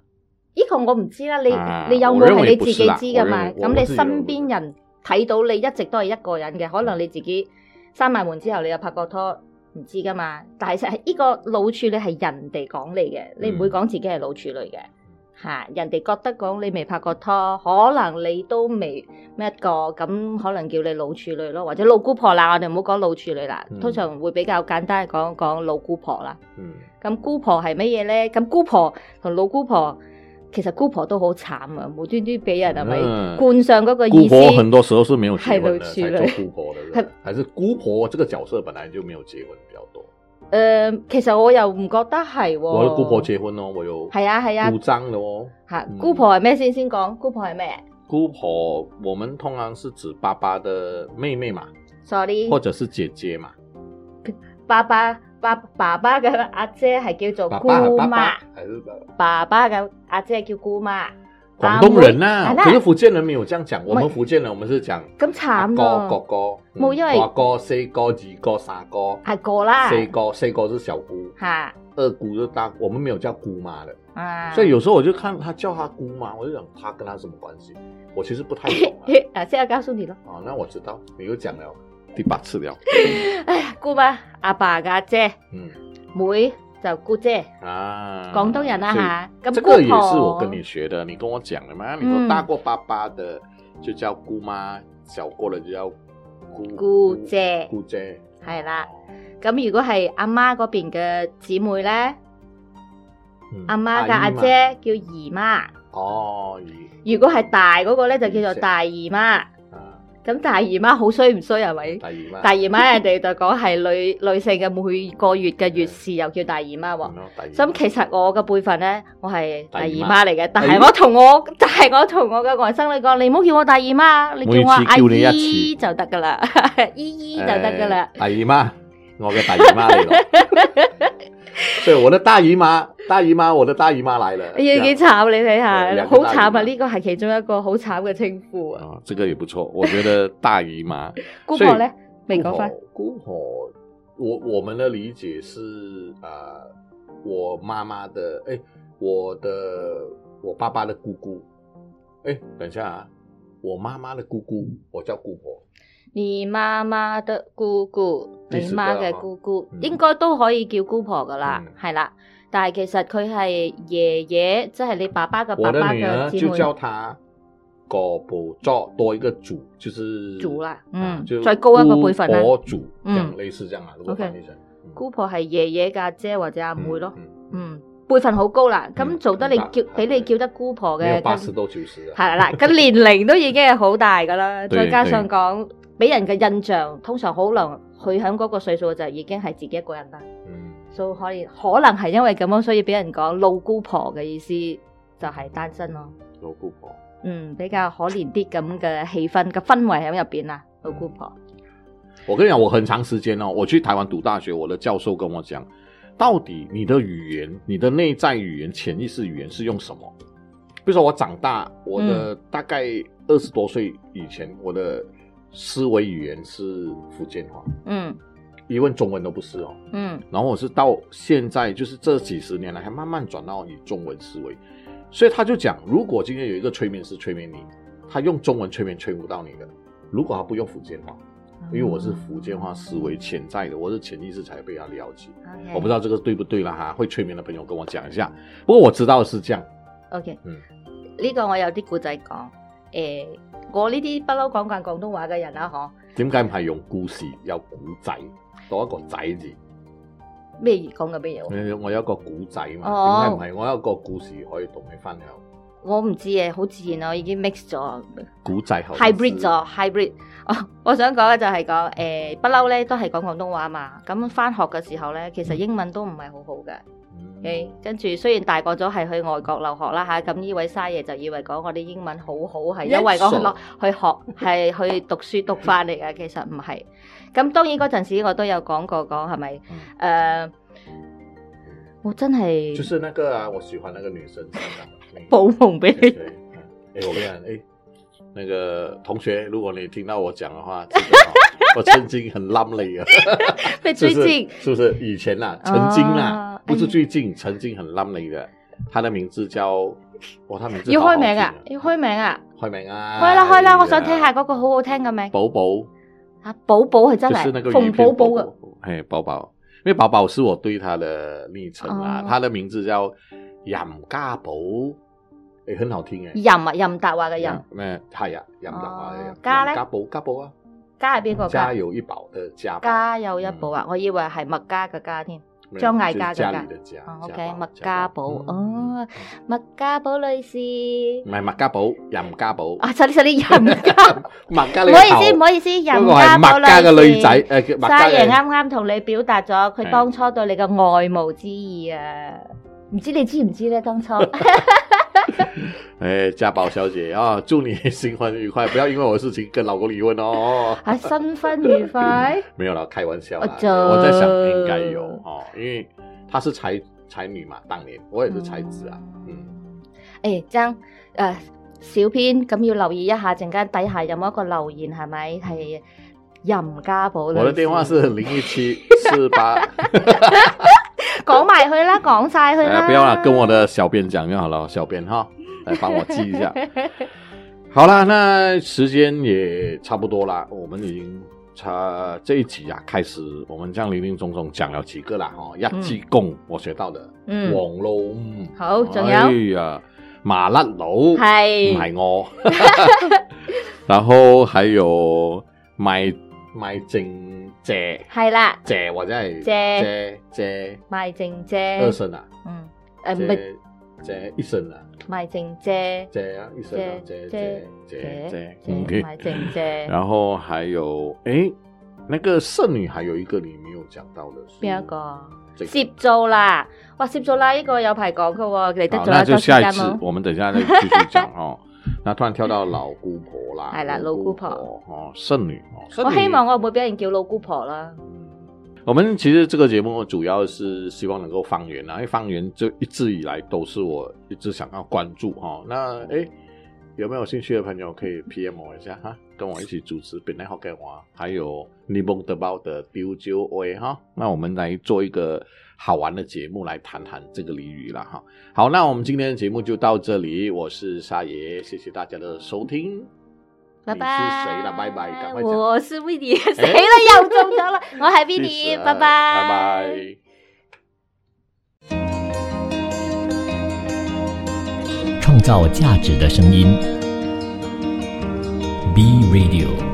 B: 呢個我唔知啦，你、
C: 啊
B: 你有
C: 我
B: 冇
C: 認為
B: 係你自己知噶
C: 不
B: 嘛？
C: 是啦
B: 咁
C: 我認為我
B: 你
C: 自己有
B: 身邊人睇到你一直都係一個人嘅，可能你自己閂埋門之後，你又拍過拖，唔知噶嘛？但係其實呢個老處女係人哋講你嘅，
C: 嗯
B: 你唔會講自己係老處女嘅嚇、人哋覺得講你未拍過拖，可能你都未咩一個，咁可能叫你老處女咯，或者老姑婆啦，我哋唔好講老處女啦，
C: 嗯
B: 通常會比較簡單講講老姑婆啦。
C: 嗯，
B: 咁姑婆係乜嘢咧？咁姑婆同老姑婆，其實姑婆都好慘啊，無端端俾人係
C: 嗯
B: 咪冠上嗰個
C: 姑
B: 意思？
C: 婆很多时候是没有结婚的
B: 太
C: 才
B: 有趣了
C: 做姑婆的人，还是姑婆这个角色本来就没有结婚比较多。
B: 誒、呃其實我又唔覺得係喎。
C: 我有姑婆结婚哦，我有
B: 係啊係啊
C: 姑丈的哦。
B: 嚇
C: 嗯
B: 姑婆係咩先先講？姑婆係咩
C: 姑婆我们通常是指爸爸的妹妹嘛，
B: ？sorry，
C: 或者是姐姐嘛。
B: 爸爸爸爸爸嘅阿姐係叫
C: 爸
B: 做姑
C: 爸爸
B: 媽
C: 爸，还是爸爸
B: 爸爸嘅阿姐叫姑媽。
C: 广东人呐、
B: 啊
C: 可是福建人没有这样讲，我们福建人我们是讲
B: 咁
C: 阿
B: 慘啊
C: 哥、哥
B: 咯，
C: 哥、嗯
B: 冇因為
C: 瓜哥、四哥、二哥、三哥、
B: 係過啦，
C: 四哥、四哥是小姑，
B: 嚇
C: 二姑是大，我们没有叫姑妈的，
B: 啊，
C: 所以有时候我就看他叫他姑妈，我就想他跟他什么关系？我其实不太懂啊
B: 啊，即刻告訴你 咯，
C: 啊。那我知道，你又讲了第八 次了，
B: 唉，哎姑媽阿爸嘅阿姐
C: 嗯
B: 妹就姑姐，
C: 啊，
B: 廣東人啦嚇，咁
C: 所以
B: 嗯
C: 这
B: 姑
C: 个也是我
B: 婆
C: 跟你学的，你跟我讲的嘛。你说大过爸爸的就叫姑妈，小过了就叫姑
B: 姑姐啊
C: 姑姐哦
B: 係啦。咁如果係阿媽嗰邊嘅姊妹咧，
C: 嗯
B: 阿媽嘅
C: 姨
B: 阿
C: 嘛
B: 姐叫姨媽。
C: 哦，姨
B: 如果係大嗰個咧，就叫做大姨媽。
C: 啊，
B: 咁大姨媽好衰唔衰啊？咪
C: 大姨嘛，
B: 大姨媽人哋就講係女女性嘅每個月嘅月事，又叫大姨媽喎。
C: 嗯大姨
B: 咁其實我嘅輩份咧，我係大姨媽嚟嘅，但
C: 大姨媽
B: 係我同我，但係我同我嘅外甥女講，你唔好叫我大姨媽，你叫我
C: 每次
B: 阿
C: 叫你一次
B: 姨就得噶啦，姨姨就得噶啦。
C: 哎大姨媽，我嘅大姨媽嚟咯。 對，我的大姨媽，大姨媽，我的大姨媽來了。
B: 哎呀，幾
C: 這樣
B: 慘你睇
C: 係
B: 下，
C: 兩
B: 好
C: 個大姨媽
B: 慘啊！呢個係其中一個好慘嘅稱呼啊。
C: 啊！这个也不錯，我覺得大姨媽。
B: 姑
C: 所以
B: 婆咧未講翻，
C: 姑婆，姑婆，我我们的理解是，呃，我妈妈的，哎，我的我爸爸的姑姑，哎，等一下啊，我妈妈的姑姑，我叫姑婆，
B: 你媽媽的姑姑，你
C: 你識得
B: 媽
C: 啦
B: 嘅姑姑
C: 嗯
B: 應該都可以叫姑婆噶啦，
C: 嗯
B: 係啦。但係其實佢係爺爺，即係你爸爸嘅
C: 我
B: 爸
C: 的
B: 爸
C: 女儿
B: 嘅姊
C: 就叫
B: 妹
C: 她果婆做多一个主，就是
B: 祖，啦，
C: 啊
B: 嗯
C: 就，
B: 再高一個輩份啦
C: 姑。婆主，这
B: 嗯
C: 样类似这样啊，如果
B: OK
C: 翻译成嗯
B: 姑婆係爺爺嘅阿姐或者阿妹咯，
C: 嗯嗯
B: 嗯，輩份好高啦。咁
C: 嗯
B: 做得你
C: 明白
B: 叫，俾你叫得姑婆
C: 没有
B: 嘅，
C: 八十多九十的，啊
B: 係啦， 咁年齡都已經係好大噶啦，
C: 對
B: 再加上講俾人嘅印象，通常可能佢喺嗰個歲數就已經係自己一個人啦，
C: 嗯。
B: 所以可以可能係因為咁樣，所以俾人講老姑婆嘅意思就係單身咯，
C: 老姑婆，
B: 嗯，比較可憐啲咁嘅氣氛嘅氛圍喺入邊啦，老姑婆，
C: 我跟你讲，我很长时间哦，我去台湾读大学，我的教授跟我讲，到底你的语言、你的内在语言、潜意识语言是用什么？比如说我长大，我的大概二十多岁以前，我的思维语言是福建话，
B: 嗯
C: 一问中文都不是哦。
B: 嗯
C: 然后我是到现在，就是这几十年来，还慢慢转到以中文思维。所以他就讲，如果今天有一个催眠师催眠你，他用中文催眠催不到你的，如果他不用福建话。因为我是福建话思维潜在的，我是潜意识才被他了解。我不知
B: 道
C: 道这个对不对了哈，会催眠的朋友跟我讲一下。不过我知道是这样，
B: ，OK，
C: 嗯
B: 呢個我有啲故仔講，誒，我呢啲不嬲講慣廣東話嘅人啦，啊嗬。
C: 點解唔係用故事有古仔多一個仔字？
B: 咩而講嘅咩嘢喎？
C: 我有一個古仔嘛，
B: 哦
C: 點解唔係我有一個故事可以同你分享？
B: 我唔知嘅，好自然我已經 mix 咗
C: 古仔好像是
B: ，hybrid 咗，hybrid。哦， 我想講嘅就係講誒，不嬲咧都係講廣東話嘛。咁翻學嘅時候咧，其實英文都唔係好好嘅。
C: 嗯
B: OK，跟住雖然大個咗係去外國留學啦吓，咁呢位沙爺就以為講我哋英文好好係因為
C: Yes,
B: 我
C: sir.
B: 去落去學 係去讀書讀翻嚟嘅，其實唔係。咁當然嗰陣時我都有講過講係咪
C: 嗯
B: 誒？我真係
C: 就是那個啊，我喜歡那個女生 香港的那個
B: 報夢俾
C: 对
B: 你。
C: 对，哎、我跟你讲，哎、那个同学，如果你听到我讲的话，记 得哦我曾经很浪累啊，
B: 被
C: 是
B: 最
C: 不是
B: 近
C: 是不是以前啦、曾经啦、
B: 哦
C: 不是最近，曾经很浪累的。他的名字叫，哦，他名字
B: 要
C: 好好
B: 開名啊！
C: 聽
B: 要開名啊！
C: 开名啊，
B: 開啦開
C: 哎
B: 啦！
C: 呀
B: 我想聽下嗰個好好聽嘅名
C: 寶寶，
B: 啊！寶寶係真
C: 就是那
B: 係
C: 個
B: 馮
C: 魚
B: 寶
C: 片
B: 寶
C: 寶
B: 嘅，，
C: 哎，寶寶，因為寶寶是我对他的昵称啊
B: 哦，
C: 他的名字叫杨家寶，哎，很好听哎，
B: 任啊任達華嘅任，
C: 咩係啊，任達華嘅
B: 哦
C: 任
B: 家咧
C: 任家寶家寶啊，
B: 家係邊個
C: 家
B: 家？
C: 有一寶嘅家寶，
B: 家有一寶啊！我以為係麥家嘅家添。
C: 咩
B: 張艾嘉嘅
C: 就是
B: 家
C: 家裡嘅家
B: 哦
C: 家
B: Ờ, OK，
C: 寶
B: 麥家
C: vâng.
B: 寶哦，麥家寶女士
C: 唔係麥家寶，任家寶，
B: 啊！sorry À, sorry，任家，
C: 麥家
B: 唔
C: 你
B: 好
C: 個
B: 意思
C: 頭
B: 唔好意思，任
C: 嗰個係
B: 寶
C: 麥家嘅女
B: 士
C: 仔，。誒叫麥
B: 沙
C: 家
B: 爺
C: 嘅
B: 啱啱同你表達咗佢
C: 係
B: 當初對你嘅愛慕之意啊！唔知你知唔知咧？當 初
C: 誒家寶小姐啊，祝你新婚愉快，不要因為我的事情跟老公離婚哦。
B: 啊，新婚愉快。
C: 沒有啦，開玩笑啦
B: 我，就
C: 我在想應該有 Ừ. 哦，因為她是才才女嘛，當年我也是才子啊，嗯。
B: 誒張誒小編咁要留意一下，陣間底下有冇一個留言係咪係任家寶
C: 我
B: 女士？
C: 的電話是零一七四八，
B: 講埋佢啦，講晒佢啦。
C: 哎不要了，跟我的小编讲就好了，小编 哈，来帮我记一下。好啦，那时间也差不多啦，我们已经差这一集啊，开始我们这样零零总总讲了几个啦，哈、哦，一支公我学到的，
B: 嗯，
C: 黄撈嗯
B: 好，仲
C: 哎
B: 有
C: 呀，麻甩佬。唔
B: 係
C: 係我，然後還有賣賣剩借
B: 係啦，
C: 借或者係
B: 借
C: 借
B: 賣剩
C: 借二
B: 姐，
C: 聲啊，
B: 嗯，誒唔係
C: 借借一聲啊，
B: 賣剩姐，
C: 借啊一聲啊，
B: 借
C: 借借
B: 借
C: 借
B: 姐
C: 借，OK。
B: 賣剩姐，
C: 然後還有誒，那個剩女還有一個你沒有講到的是
B: 邊一個？
C: 這個？
B: 攝做啦，哇！攝做啦，呢個有排講㗎喎，嚟得
C: 好，
B: 仲
C: 那
B: 有
C: 就
B: 多時
C: 下一
B: 間
C: 次，
B: 冇？
C: 我們等一下再繼續講哦。 那突然跳到老姑婆 啦，
B: 係啦哎老姑婆
C: 哦，剩女哦，剩
B: 我
C: 女
B: 希望我唔會俾人叫老姑婆啦。
C: 嗯，我们其实这个节目主要是希望能够方圆啊，因为方圆这一直以来都是我一直想要关注哈、那诶，有没有兴趣的朋友可以 PM 我一下哈，跟我一起主持本来好给我啊，还有你蒙德包的丢丢喂哈。那我们来做一个好玩的节目来谈谈这个俚语啦哈。好，那我们今天的节目就到这里，我是沙爷，谢谢大家的收听。
B: 拜拜。
C: 你是谁啦拜拜赶快讲
B: 我是 v i d y 死啦又中咗啦，我係 v i
C: 谢
B: d
C: 谢
B: y 拜拜，
C: 拜拜。
A: 创造价值的声音。B Radio。